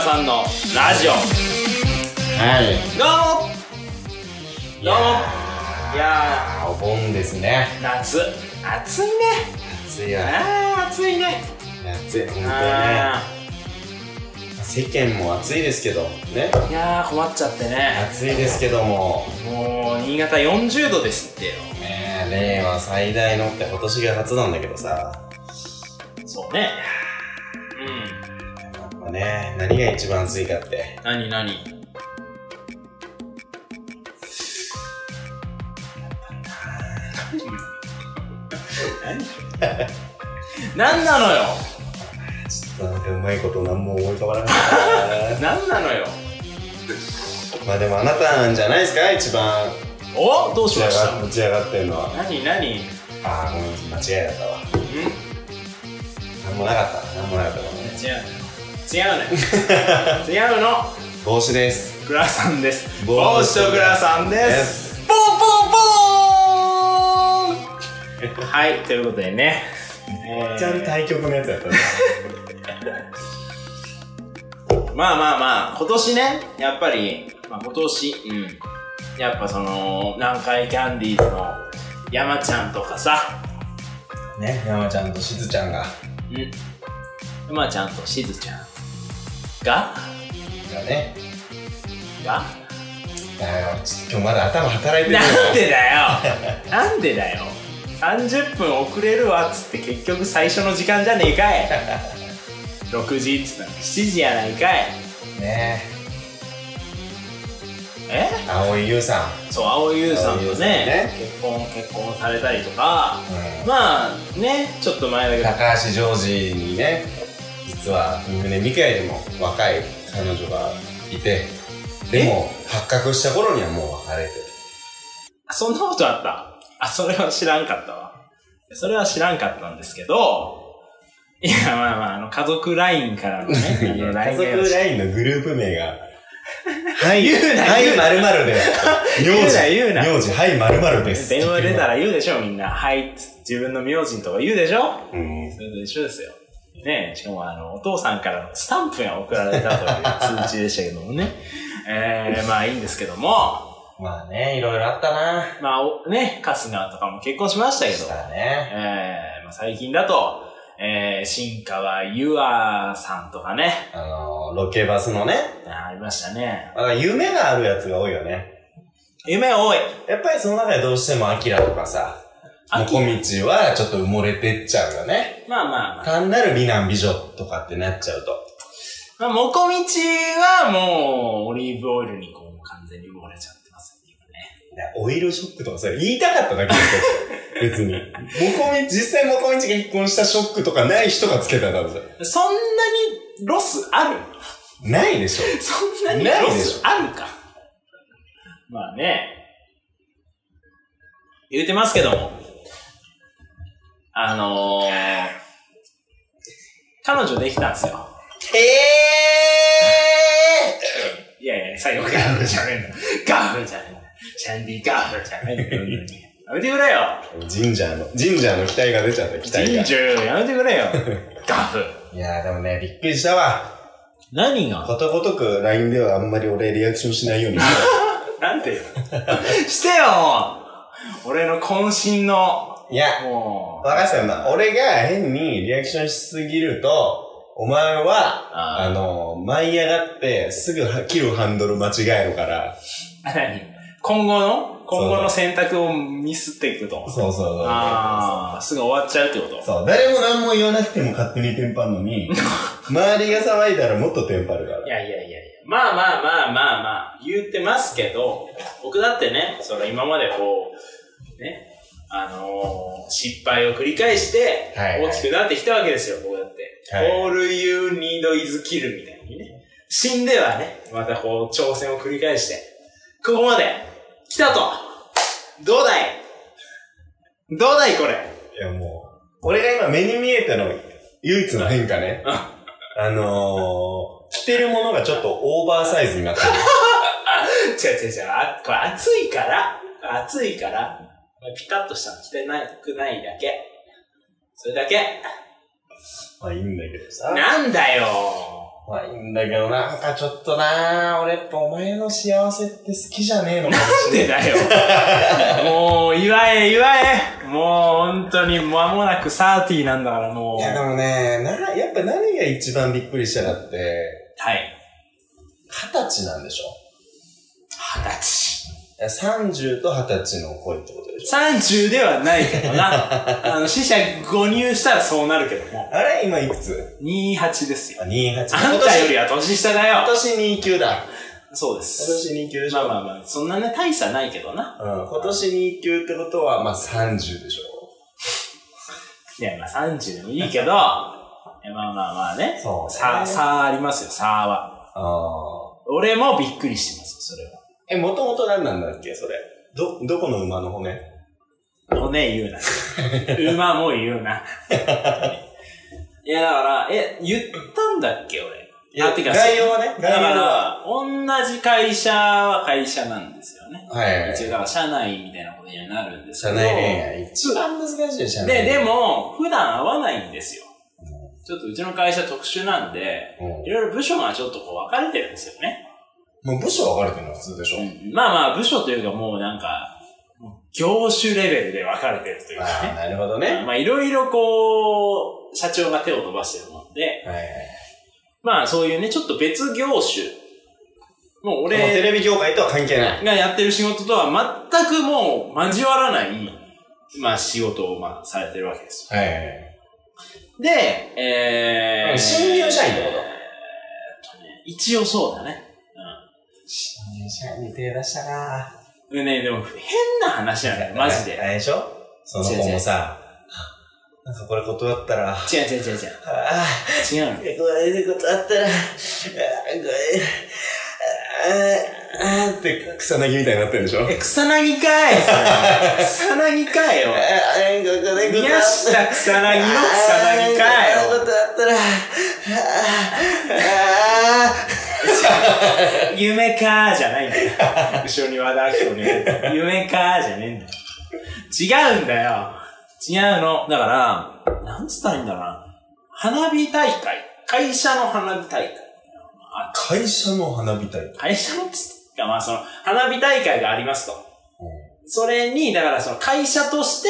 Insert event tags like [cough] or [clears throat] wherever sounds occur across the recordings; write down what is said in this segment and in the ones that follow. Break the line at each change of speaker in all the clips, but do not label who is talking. さんのラジオ
はい
どうも
い
どうもいや
ーお盆ですね
ー夏暑いね
暑いよ
あー暑いね
暑い本当にね
あ
世間も暑いですけどね
ーいやー困っちゃってね
暑いですけども
もう新潟40度ですってよ
ねえ令和最大のって今年が初なんだけどさ
そうねうん
やっぱね何が一番暑いかって
何何何なのよ
ちょっとなんかうまいこと何も思い浮かばなかっ
何なのよ
たまあでもあなたなんじゃないですか一番
おどう
持
し
ち上
まし
が
た
持ち上がってるのは
何何ん
ああごめん間違いだったわ何もなかった何もなかったごめん
違うのよ違うのよ違うの
帽子です
グラさんです
帽
帽
子
子
と
と
グ
グ
ラ
ラ
さ
さ
ん
ん
で
ですすポンポンポーンはいということでねえー
ちゃん対局のやつやったね
まあまあまあ今年ねやっぱり、まあ、今年うんやっぱその南海キャンディーズの山ちゃんとかさ
ね山ちゃんとしずちゃんが
うん山ちゃんとしずちゃんが
がね
が
だよちょっと今日まだ頭働いてる
なんでだよなんでだよ30分遅れるわっつって結局最初の時間じゃねえかい6時っつったの7時やないかい
ね
え
え蒼井優さん
そう蒼井優さん
蒼
と
井優
ね
さんね
結婚結婚されたりとか
うん
まあねちょっと前だけど
高橋ジョージにね実は三船美佳よりも若い彼女がいてでも発覚した頃にはもう別れてる
あそんなことあったあそれは知らんかったわそれは知らんかったんですけどいやまあまああの家族 LINE からのねあの LINE
[laughs]
が
家族ラインのグループ名が、 [laughs] はい、
言うな
はい、
[laughs] 言うな
まるまるで、名字、
言うな言うな
名字、はい、まるまるです。
電話出た
ら。
ら言うでしょみんな「はい」っつって自分の名字のとか言うでしょ
うん。
それと一緒ですよ。ねえしかもあの、お父さんからのスタンプが送られたと [laughs] いう通知でしたけどもね。えー、まあいいんですけども、
まあね、いろいろあったな。
まあおね、春日とかも結婚しましたけ
し
ど、
たね。
えー、まあ最近だと、えー、新川優愛さんとかね、
あの、ロケバスのね、
ありましたね。
まあ、夢があるやつが多いよね。
夢多い。
やっぱりその中でどうしてもアキラとかさ、
ア
も
キ
こみちはちょっと埋もれてっちゃうよね。
まあまあまあ。
単なる美男美女とかってなっちゃうと。
まあ、もこみちはもう、オリーブオイルにこう、完全に埋もれちゃってますよね。今ね
オイルショックとかそれ言いたかっただけだ
[laughs]
けど別に。もこみ、実際もこみちが結婚したショックとかない人がつけたんだろ、それ。
そんなにロスある
ないでしょ。
そんなにロ
ないでし
スあるかまあね。言うてますけども。あのー、彼女できたんですよ。
え
いやいや、最後ガーフじゃねえんだ。ガーフじゃねえんだ。シャンディガーフじゃねえんだ。やめてくれよ。
ー、ジンジャーの、ジンジャーの期待が出ちゃった、期待
人
が。
情やめてくれよ。ガーフ。
いやーでもね、びっくりしたわ。
何が
ことごとく LINE ではあんまり俺リアクションし [laughs] ないようにしてる
なんてよ。 [laughs] してよ俺の渾身の、
いや、
もう、
わかったよな。俺が変にリアクションしすぎると、お前は、
あ
あ
ー
の、舞い上がって、すぐ切るハンドル間違えるから。
何今後の今後の選択をミスっていくと。
そうそうそう。
ああ、すぐ終わっちゃうってこと
そう、誰も何も言わなくても勝手にテンパるの [laughs] に、周りが騒いだらもっとテンパるから
い。やいやいやいや。まあまあまあまあまあ、言ってますけど、僕だってね、その今までこう、ね、あのー失敗を繰り返して、
はいはい
大きくなってきたわけですよ、僕だって。
はい
All you need is kill みたいにね。死んではね、またこう、挑戦を繰り返して、ここまで来たとどうだいどうだいこれ
いやもう、俺が今目に見えたの、唯一の変化ね。あのー、着てるものがちょっとオーバーサイズにな [laughs] ってる。
違う違う違う。あ、これ暑いから、暑いから、ピタッとしたの着てなくないだけ。それだけ。
まあいいんだけどさ。
なんだよ
まあいいんだけど、なんかちょっとな俺やっぱお前の幸せって好きじゃねえのかも
なん
しれ
で
ない。
だ
[laughs]
よ。もう、祝え、祝え。もう、本当に、間もなくサーティーなんだから、
い
も。
うやでもね、な、やっぱ何が一番びっくりしたかって、
はい。
二十歳なんでしょ
二十
いや ?30 と二十歳の恋ってことでしょ
歳。30ではないけど
[laughs]
な。あの、死者誤入したらそうなるけども。
あれ今いくつ
28ですよ。
あ、28。
あんたよりは年下だよ。
今年29だ。
そうで
今
す。
年29でし
まあ
ょ、
まあまあ、そんなね、大差ないけどな。
うん。今年29ってことは、まあ30でしょ
いや、まあ30でもいいけど、いやまあまあまあね。
そ
さあ、さあありますよ、さあは。
あ
俺もびっくりしてます、それは。
ーえ、もともと何なんだっけそれ。ど、どこの馬の骨
骨言
[laughs]
うな。馬も言うな。いや、だから、え、言ったんだっけ、俺。
いや、
あてか
概要はね、
だ
概要は。
から、同じ会社は会社なんですよね。
はいはい
一応、だから、社内みたいなことにはなるんですけ
社
ど。
内恋愛。一番難しいよ社内恋
で、
愛。
でも、普段会わないんですよ。ちょっとうちの会社特殊なんで、
うん、
いろいろ部署がちょっとこう分かれてるんですよね。
もう部署分かれてるのは普通でしょ。
まあまあ、部署というかもうなんか、もう業種レベルで分かれてるというか
ああ、
ね。
なるほど
まあ
ね。
まあ、いろいろこう、社長が手を伸ばしてるもんで、
はいはい。
まあそういうね、ちょっと別業種。も
こ
う
のテ
俺
レビ業界とは関係ない。
がやってる仕事とは全くもう交わらない、まあ仕事をまあされてるわけです
はいはいはい。
よ。で、え
う
ー、
ん新入社員ってこと
えーっとね、一応そうだね。
社員に手出したな
うん。でね、でも変な話なんだよ、マジで。
あれでしょその子もさ、なんかこれ断ったら、あ
違う違う違う違う。
あ、
違うの
これで断ったら、ああ、これ、ああ、ああって草薙みたいになってるでしょ
え、草薙かいそれ草薙かよ
ああ、これ
宮下草薙の草薙かよ
ったら、あ
夢かじゃないんだよ。後ろに和田明子ね。夢かじゃねえんだよ。違うんだよ。違うの。だから、なんつったらいいんだろうな。花火大会。会社の花火大会。
会社の花火大会。
会社のつってか、まあその、花火大会がありますと。それに、だからその会社として、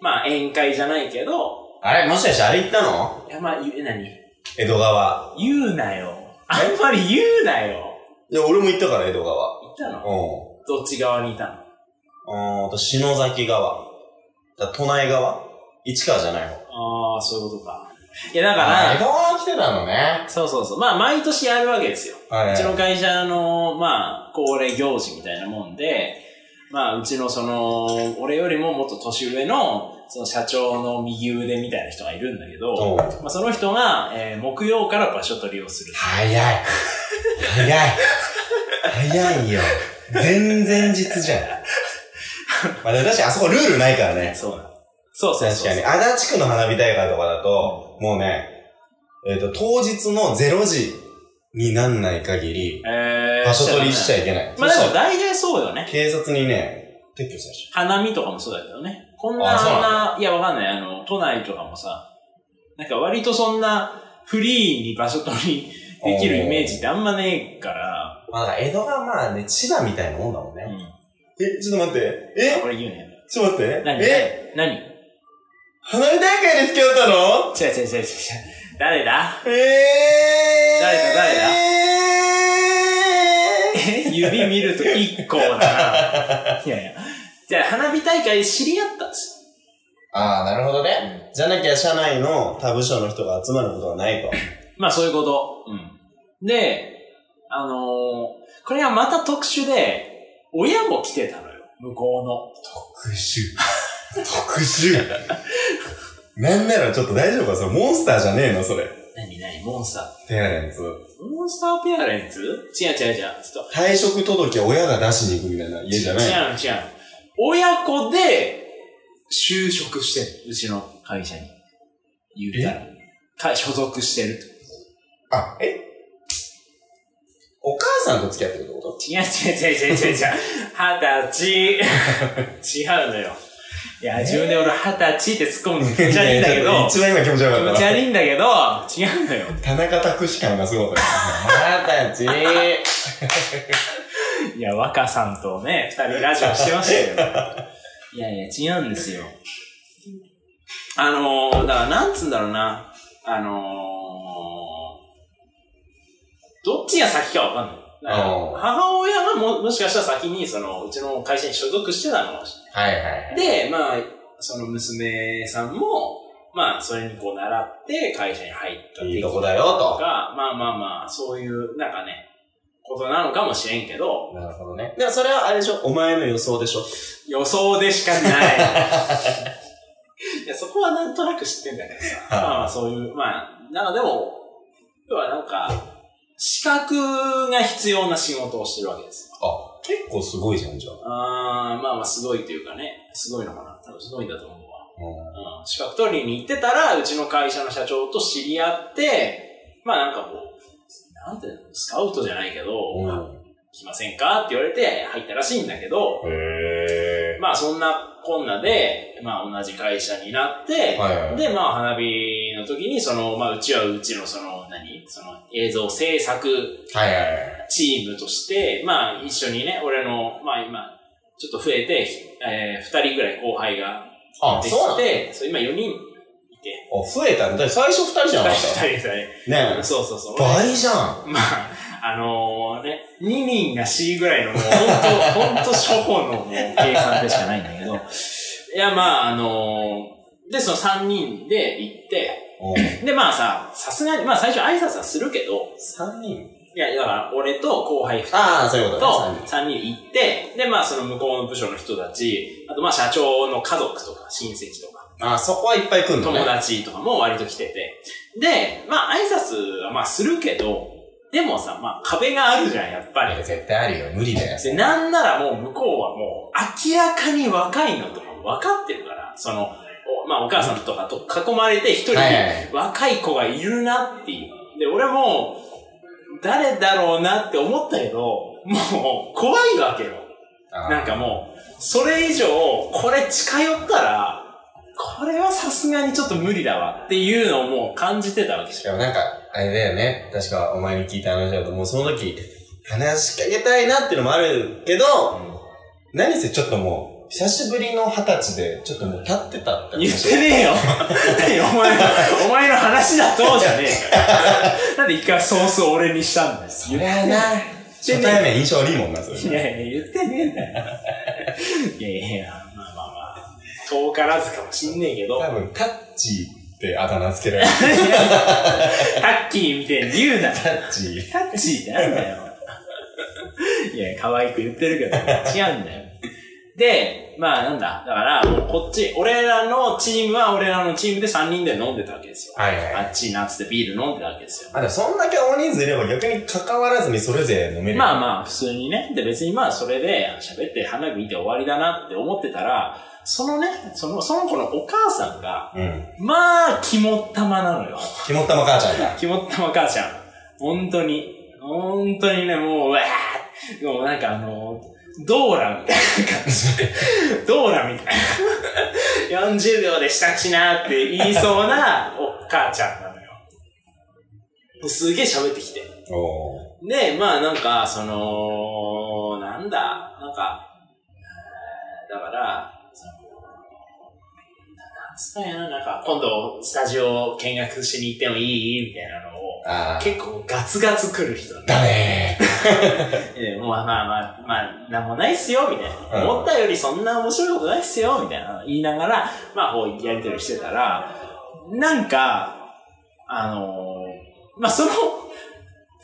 まあ宴会じゃないけど、
あれもしかしてあれ行ったの
いやまあ、ゆ何
江戸川。
言うなよ。あんまり言うなよ。
いや、俺も行ったから、江戸川。
行ったの
う
どっち側にいたの
ん。うんと、篠崎川。だ都内側市川じゃない方。
ああ、そういうことか。いや、だか
あ江
ら、
戸川来てたのね。
そうそうそう。まあ、毎年やるわけですよ。
は
うち
い
の会社の、まあ、恒例行事みたいなもんで、まあ、うちのその、俺よりももっと年上の、その社長の右腕みたいな人がいるんだけど、
おう
まあ、その人が、えー木曜から場所取りをする。
早い。早い。早いよ。全然実じゃん。 [laughs] まあ、でも確かにあそこルールないからね。
そうなの。そうそう
確
そう
かに。足立区の花火大会とかだと、もうね、えっ、と、当日の0時になんない限り、
えー、
場所取りしちゃいけない。
まあ、
そ
で
したら
も大体そうよね。
警察にね、撤去させ
花見とかもそうだけどね。こんな、
あそうな
あ
ん
んな、いや、わかんない。あの、都内とかもさ、なんか割とそんな、フリーに場所取りできるイメージってあんまねえから、
た。まあ、江戸がまあね、千葉みたいなもんだもん
う
ね。
ん。
え、ちょっと待って。え
これ言うね。
ちょっと待って。
何
え
何違う
花火大会で付き合ったの
違う違う違う違う。誰だ
ええー。
誰だ誰だ
え
指見ると一
[laughs]
個だな。いやいや。じゃあ、花火大会で知り合ったんです
ー。ああ、なるほど
よ。
ね。じゃなきゃ社内の他部署の人が集まることはないと。
まあ、そういうこと。うん。で、あのーこれがまた特殊で、親も来てたのよ。向こうの。
特殊。特殊。なんならちょっと大丈夫かそれモンスターじゃねえのそれ。
何何モンスター。
ペアレンツ。
モンスターペアレンツ違う違う違う。ちょっと。
退職届親が出しに行くみたいな家じゃない
違う違う。親子で就職してる。うちの会社に。言うたら。か所属してると。
あ、えお母さんと付き合ってるってこと
違う違う違う違う違う違う。二十歳。違うのよ。いや、自分で俺二十歳って突っ込むの気持ち悪いんだけど、
ね [laughs] ちょっと一番今気持ち悪
気
か
持
った
ち
な。
悪いんだけど、違うのよ。
田中拓司感がすごかった。二 [laughs] 十歳。
いや、若さんとね、二人ラジオしてました [laughs] よ。いやいや、違うんですよ。あのー、だから、なんつうんだろうな。あのー、どっちが先かわかんない。だから
うん
母親がも、もしかしたら先に、その、うちの会社に所属してたのかもしれない。
はいはい。
で、まあ、その娘さんも、まあ、それにこう習って会社に入った
いいとこだよと
か、まあまあまあ、そういう、なんかね、ことなのかもしれんけど、
なるほどね。でもそれはあれでしょお前の予想でしょ
予想でしかない。いや、そこはなんとなく知ってんだけどさ。
はい
まあまあ、そういう、まあ、なんかでも、要はなんか、資格が必要な仕事をしてるわけですよ。
あ、結構すごいじゃん、じゃあ。
あーまあまあ、すごいというかね、すごいのかな。多分すごいんだと思うわ。うん資格取りに行ってたら、うちの会社の社長と知り合って、まあなんかこう、なんていうの、スカウトじゃないけど、まあ
う
来ませんかって言われて入ったらしいんだけど、
ん。へ
まあそんなこんなで、まあ同じ会社になって、
はいはい。
で、まあ花火の時に、その、まあうちはうちのその、何その映像制作
はいはいはい。
チームとして、まあ一緒にね、俺の、まあ今、ちょっと増えて、えー、二人ぐらい後輩が
あ、
で
そうなん
き
だ。
て、そう今4人いて、
あ、増えたんだ。最初二人じゃなかっ
二人 [laughs] 二人
た。ねえ。
そうそうそう。
[laughs] 倍じゃん。
まあ、あのね、2人が C ぐらいのもう、ほんと、ほんと初歩のもう計算でしかないんだけど。いや、まあ、あので、その3人で行って、で、まあさ、さすがに、まあ最初挨拶はするけど、
三人
いや、だから俺と後輩2人
ああ、そういうこととね。
3人行って、で、まあその向こうの部署の人たち、あとまあ社長の家族とか親戚とか、
三人。あ、そこはいっぱい来るのね。
友達とかも割と来てて。で、まあ挨拶はまあするけど、でもさ、まあ壁があるじゃん、やっぱ
いや
り。
絶対あるよ。無理だよ。
で、なんならもう向こうはもう明らかに若いのとかも分かってるから、その、おまあお母さんとかと囲まれて一人
はいはい
若い子がいるなっていう。で、俺も、誰だろうなって思ったけど、もう怖いわけよ。
あー
なんかもう、それ以上、これ近寄ったら、これはさすがにちょっと無理だわっていうのをもう感じてたわけじ
しかもなんか、あれだよね。確かお前に聞いた話だと、もうその時、話しかけたいなっていうのもあるけど、
ゃん。
何せちょっともう、久しぶりの二十歳で、ちょっともう立ってたって
言ってねえ
[laughs]
よ。何お前の、お前の話だとじゃねえから。なんで一回ソースを俺にしたんだよ。
そりゃあな、初対面印象悪いもんな、それ。
いやいや、言ってねえんだよ。いやいやいや、まあまあまあ、遠からずかもしんねえ
[laughs]
けど、
多分、タッチってあだ名つけられる。
タッキーみたいに言うな。
タッチ。
タッチーってなんだよ。いや、可愛く言ってるけど、違うんだよ。で、まあなんだ、だから、もうこっち、俺らのチームは俺らのチームで3人で飲んでたわけですよ。
はいはい。
あっちいなっつってビール飲んでたわけですよ。
あ、でもそんだけ大人数いれば逆に関わらずにそれぞれ飲める。
まあ
あ。
まあ、普通にね。で、別にまあ、それで喋って花火見て終わりだなって思ってたら、そのね、その、その子のお母さんが、
うん。
まあ、肝っ玉なのよ。
肝っ玉母ちゃんだ。
肝っ玉母ちゃん。本当に。本当にね、もう、うわーもうなんかあの、ドーラみたいな感
[laughs]
じで。ドーラみたいな。40秒でしたしなーって言いそうなお母ちゃんなのよ。すげえ喋ってきて。
おー。
で、まあなんか、その、なんだ、なんか、えーだから、その、なんつったんやな、なんか、今度、スタジオ見学しに行ってもいいみたいなのを、
あー。
結構ガツガツ来る人
だねー。
えーもうまあまあまあ、なんもないっすよ、みたいな。
うん
思ったよりそんな面白いことないっすよ、みたいな言いながら、まあこうやりとりしてたら、なんか、あのーまあその、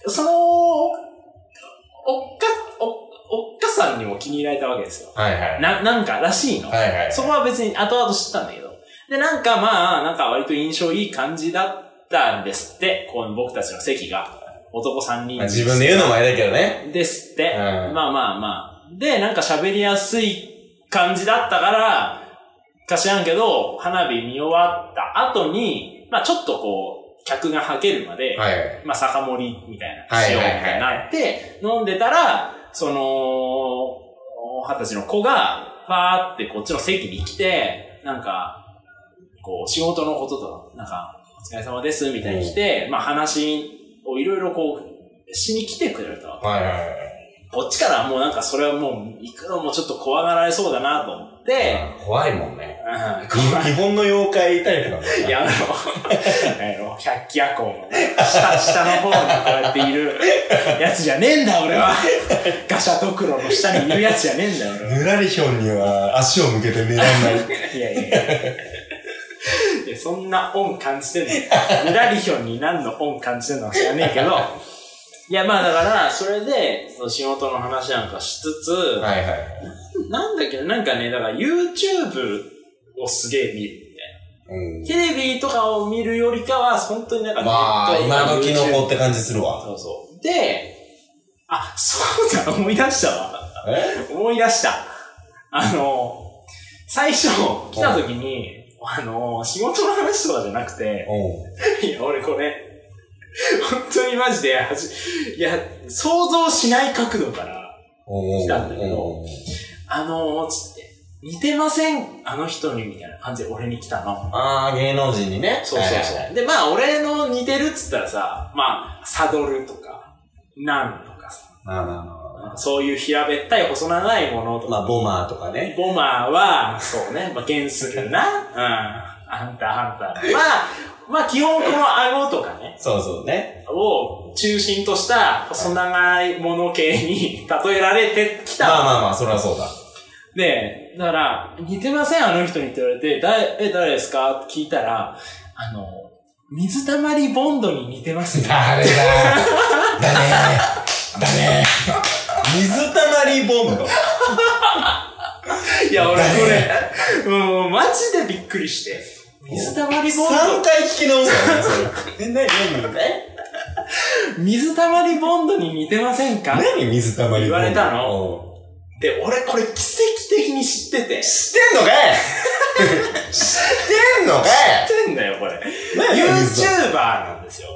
その、おっか、お、おっかさんにも気に入られたわけですよ。
はいはい。
な、なんからしいの。
はいはい。
そこは別に後々知ったんだけど。で、なんかまあ、なんか割と印象いい感じだったんですって、この僕たちの席が。男3人
まあ自分で言うのもあれだけどね。
ですって。
うん
まあまあまあ。で、なんか喋りやすい感じだったから、か知らんけど、花火見終わった後に、まあちょっとこう、客がはけるまで、
はいはい。
まあ酒盛りみたいな、
は
し
い
よう
は
み
いはい
たいになって、飲んでたら、その、二十歳の子が、まパーってこっちの席に来て、なんか、こう、仕事のことと、なんか、お疲れ様です、みたいに来て、まあ話をいろいろこう、しに来てくれると。
はいはいはい。
こっちからもうなんかそれはもう、行くのもちょっと怖がられそうだなと思って、
まあ怖いもんね。
うん、
日日本の妖怪タイプだもんね。
やめろ。やめろ。百鬼夜行のね、下、下の方にこうやっているやつじゃねえんだ、俺は。ガシャドクロの下にいるやつじゃねえんだ、俺は。
ぬらりひょんには足を向けて寝ら
[laughs]
んない。
いやいやいや。いや、そんな恩感じてんの。ぬらりひょんに何の恩感じてんのか知らねえけど。いや、まあだから、それで、その仕事の話なんかしつつ、
はいはい。
なんだっけど、なんかね、だから YouTube をすげえ見るみたいな。
うん。
テレビとかを見るよりかは、本当になんか
まあ、
ネット
今時の
YouTube
子って感じするわ。
そうそう。で、あ、そうだ、思 [laughs] い出したわ。
え
思い出した。あの、最初、来た時に、あの、仕事の話とかじゃなくて、
おう
いや、俺これ、本当にマジで、はじいや、想像しない角度から、
おうおう
来たんだけど
おうおう
あのー、つって、似てませんあの人に、みたいな感じで俺に来たの。
ああ、芸能人にね。
そうそうそう。
はいはいはい
で、まあ、俺の似てるっつったらさ、まあ、サドルとか、なんとかさ、
まあまあまあま
そういう平べったい細長いものと
あ。ま
か、
あ、ボマーとかね。
ボマーは、そうね、まあ、ゲンするな。うん。ハンター、ハンター。まあ、まあ、基本この顎とかね、
そうそうね。
を中心とした細長いもの系に例えられてきた。
まあまあまあ、そりゃそうだ。
で、だから、似てませんあの人にって言われて、だえ、誰ですかって聞いたら、あの、水溜りボンドに似てます
[laughs]
ね。
誰だだねだね水たまりボンド。
いや、俺これ、もうマジでびっくりして。水溜りボンド
3回聞き直すよね、それ。え、な、な、え
水溜りボンドに似てませんか
何水たまりボンド
言われたの
おう
で、俺これ奇跡的に知ってて。
知
知
ってんのかい知ってんのかい
ってんだよ、これ。
何よ水溜
YouTuber なんですよ。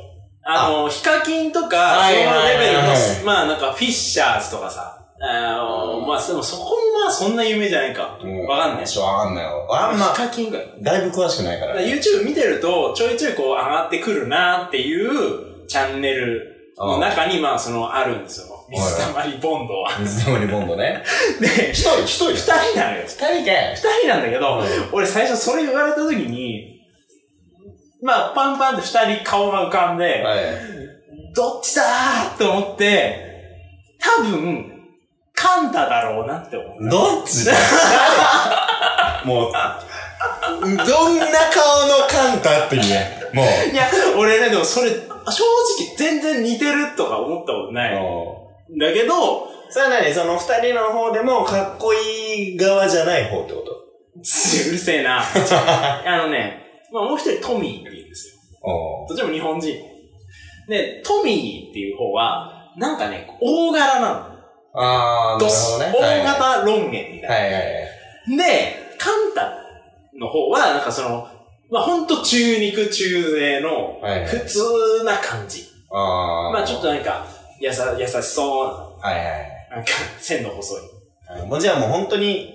あの、ヒカキンとか、
は
そう
い
いう
はい
レベル
はいはい
の、まあなんかフィッシャーズとかさ。あの、まあでもそこもまあそんな有名じゃないか。
りうん
わかんないでし
しょ、わかんないよ。あんま
ヒ、カキンが。だ
だいぶ詳しくないか
からら。YouTube 見てると、ちょいちょいこう上がってくるなっていうチャンネルの中にまあそのあるんですよ。
いはい
水溜りボンドは。
水たまりボンドね。
で、
一人、一人、
二人なのよ。
人かい
二人なんだけど、
う
俺最初それ言われた時に、まあ、パンパンって二人顔が浮かんで、
はい。
どっちだーと思って、多分、カンタだろうなって思う。
どっちだもう、どんな顔のカンタって言え。もう。
いや、俺ね、でもそれ、正直全然似てるとか思ったことない。だけど、
それは何その二人の方でもかっこいい側じゃない方ってこと
つうるせえ
[laughs]
な。あのね、まあもう一人トミーって言うんですよ。
お
どっちも日本人。で、トミーっていう方は、なんかね、大柄なの。
あー、な
ド
る
ス
ほどね。
大型論言みたいな。
はいはいはい。
で、カンタの方は、なんかその、まあ、ほんと中肉中背の
はいはい
普通な感じ。
あー。
まあちょっとなんか、やさ、優しそう
はいはい
な、なんか、線の細い。
はい。もうじゃあもう本当に、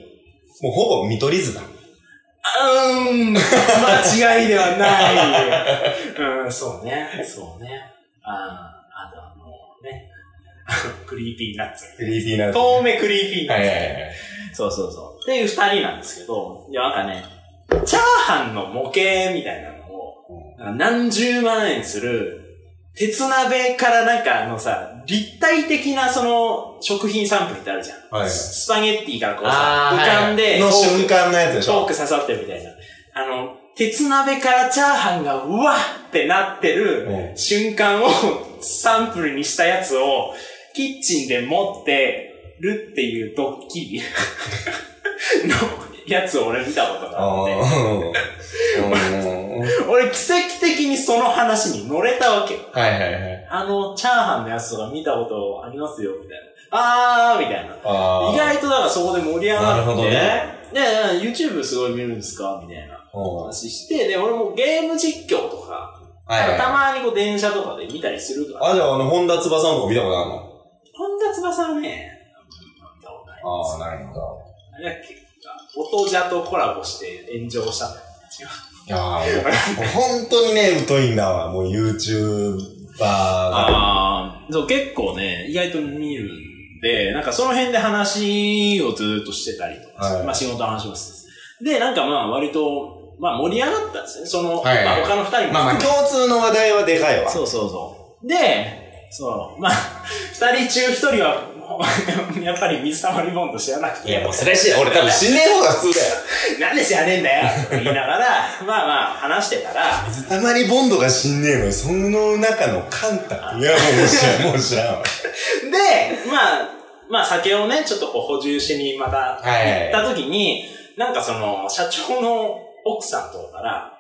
もうほぼ見取り図だ。
あうーん、間違いでは [laughs] ない。うん、そうね、そうね。あー、あとあのね、 [laughs] クリーピーナッツ。
クリーピーなは
遠目クリーピー
い
ナッ
は
ツ。
いはい。
そうそうそう。っていう二人なんですけど、いや、なんかね、チャーハンの模型みたいなのを、なんか何十万円する、鉄鍋からなんかあのさ、立体的なその食品サンプルってあるじゃん。
はい
ススパゲッティからこうさ、浮かんで、
の
フォーク
瞬間のやつでし
フォー
ょ
ク刺さってるみたいな。あの、鉄鍋からチャーハンがうわっってなってる
うん
瞬間をサンプルにしたやつをキッチンで持ってるっていうドッキリ [laughs] のやつを俺見たことがあ
あ [laughs]
って、
ー。うん
俺奇跡的にその話に乗れたわけよ。
はいはいはい。
あの、チャーハンのやつとか見たことありますよ、みたいな。あー、みたいな。
あー。
意外とだからそこで盛り上がって。
なるほどね
で、YouTube すごい見るんですかみたいな。
うん
話して、で、俺もゲーム実況とか、
はいはい。
たまにこう電車とかで見たりするから。
あ、じゃあ、あの、本田翼さんとか見たことあるの
本田翼はね、見たことないです。
あー、なるほど。
あれは結構、音じゃとコラボして炎上したんだよ。
いやー、もう本当にね、疎いんだわ。もう YouTuber [laughs] が。
ああ、そう、結構ね、意外と見るんで、なんかその辺で話をずっとしてたりとかして、
はい
まあ仕事の話もしてたで、なんかまあ割と、まあ盛り上がったんですね。その、
はい
まあ他の二人も。
まあまあ、共通の話題はでかいわ。
そうそうそう。で、そう、まあ、 [laughs] 二人中一人は、 [laughs] もうやっぱり水溜りボンド知らなくて。
いや、もうそれし、俺多分し、
死ねえ方が普通だよ。
[laughs]
なんで知らねえんだよとか言いながら、まあまあ話してたら、
あまりボンドが死んねえのに、その中のカンタ。いや、もう知らん、もう知 [laughs] らんわ。
で、まあ、まあ酒をね、ちょっとこう補充しにまた
はい
行った時に、なんかその、社長の奥さんとかから、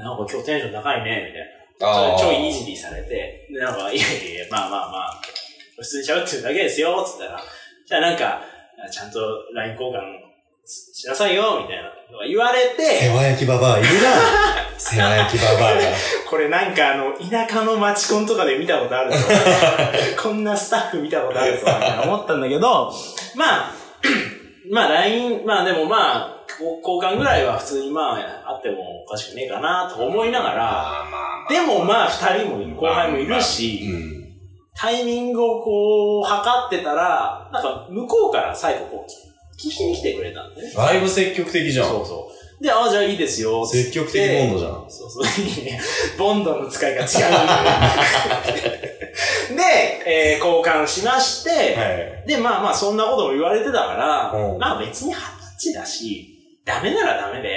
なんか今日テンション高いね、みたいな。
あー
ちょいイージーされて、でなんか、いやいやいや、まあまあまあ、普通に喋ってるだけですよ、つったら、じゃあなんか、ちゃんと LINE 交換しなさいよ、みたいな、言われ
世
て、
話焼きババアいる [laughs] な。世話焼きバ [laughs] バアが。
これなんかあの、田舎の街コンとかで見たことある
[laughs]
ぞ。こんなスタッフ見たことあるぞ、みたいな思ったんだけど、まあ、 [clears throat] まあ LINE、まあでもまあ、交交換ぐらいは普通にまあ、あってもおかしくねえかな、と思いながら、
あまあ
でもまあ二人も後輩もいるし、
うん。
タイミングをこう、測ってたら、なんか向こうから最後こう、聞きに来てくれたんでね。
だいぶ積極的じゃん。
そうそう。で、ああ、じゃあいいですよ。
積極的ボンドじゃん。
そう [laughs] そう。いいね。ボンドの使いが違うんだよねで、えー交換しまして、
はい。
で、まあまあ、そんなことも言われてたから、
うん
まあ別に二十歳だし、ダメならダメで、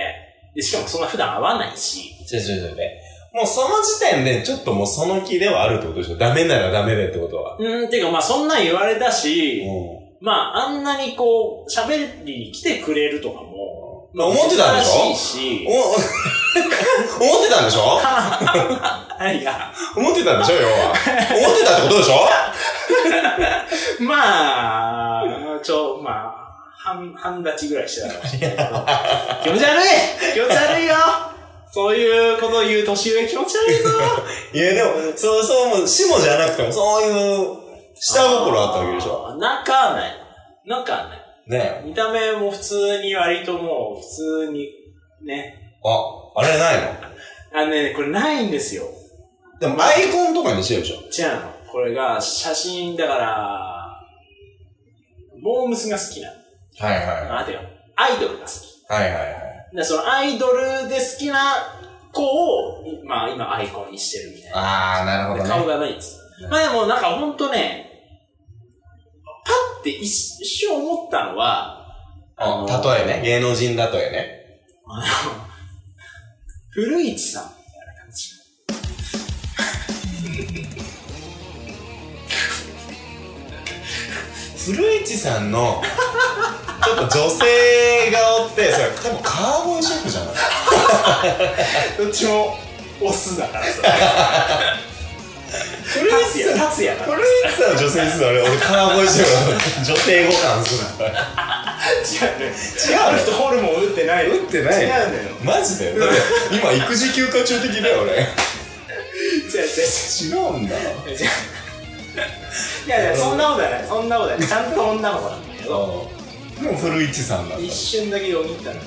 で、しかもそんな普段会わないし、
ちょちょちょね。もうその時点で、ちょっともうその気ではあるってことでしょ。ダメならダメでってことは。
うん、てかまあそんなん言われたし、
う
まあ、あんなにこう、喋りに来てくれるとかも、
まあ思ってたんでしょ
珍しい
ん。お、
し、
思ってたんでしょ
何が、
思ってたんでしょ要は。思ってたってことでしょ
まあ、ちょ、まあ、半、半立ちぐらいしてたかもしれないけど、気持ち悪い気持ち悪いよそういうことを言う年上気持ち悪いぞ
[laughs] いや、でも、そう、そう、もう、死もじゃなくても、そういう、下心あったわけでしょ。
ょなんかはない。なんかはない。
ねえ。
見た目も普通に割ともう、普通に、ね。
あ、あれないの
あのね、これないんですよ。
でも、アイコンとかにしてるでしょ。
違うの。これが写真、だから、モームスが好きなの。
はいはい。
あ、待てよ。アイドルが好き。
はいはいはい。
で、そのアイドルで好きな子を、いまあ今アイコンにしてるみたいな。
あー、なるほ
で
どね。
顔がないんです。
ね
まあでもなんかほんとね、パッて一瞬思ったのは、
あ
の
例えね。芸能人例えね。
あの、古市さんみたいな感じ。
古市さんの、ちょっと女性顔って、それ多分カーボーイシェフじゃない
どっちも、オスだからさ。 [laughs]
古
達也、達也だ
古市さんの女性にするのあれ、俺カーボーイシェフの女性互換するの。
違う
う
ね。違う人ホルモン打ってない。
打ってない
違うのよ。
マジでだって、今育児休暇中的だよ、俺。
違う
[laughs]
違う違う。
違うんだ。
いやいやいや、そんなことはない。そんなことはない。ちゃんと女の子なんだけど、
そう。でも古市さんだった。
一瞬だけよぎったのに、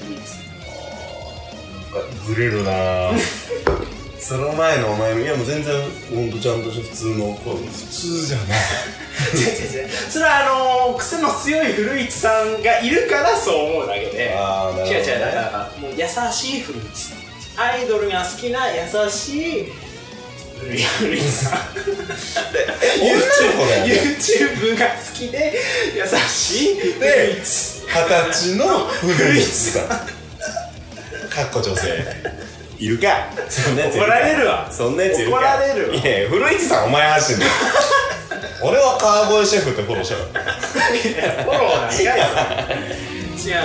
ずれるなぁその前のお前もいやもう全然ほんとちゃんとした普通の声普通じゃない
違う違う違う。 [laughs] それはあのー、癖の強い古市さんがいるからそう思うだけで、
ああなるほど、
違う違う、だから、もう優しい古市さん。アイドルが好きな優しい古市さ
[laughs]
ん。
女の子だよね
YouTube が好きで優しい古
で
市
二十歳の古市さんかっこ女性いるかそんなやつい
怒
から
れるわ
そんなやついるか
怒られるわ
いやいや古市さんお前発信だよ [laughs] 俺はカーボーイシェフってフォローしろ
フォローなんかいや違うんですよね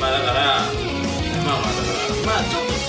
まあだからまあまあだからまあちょっと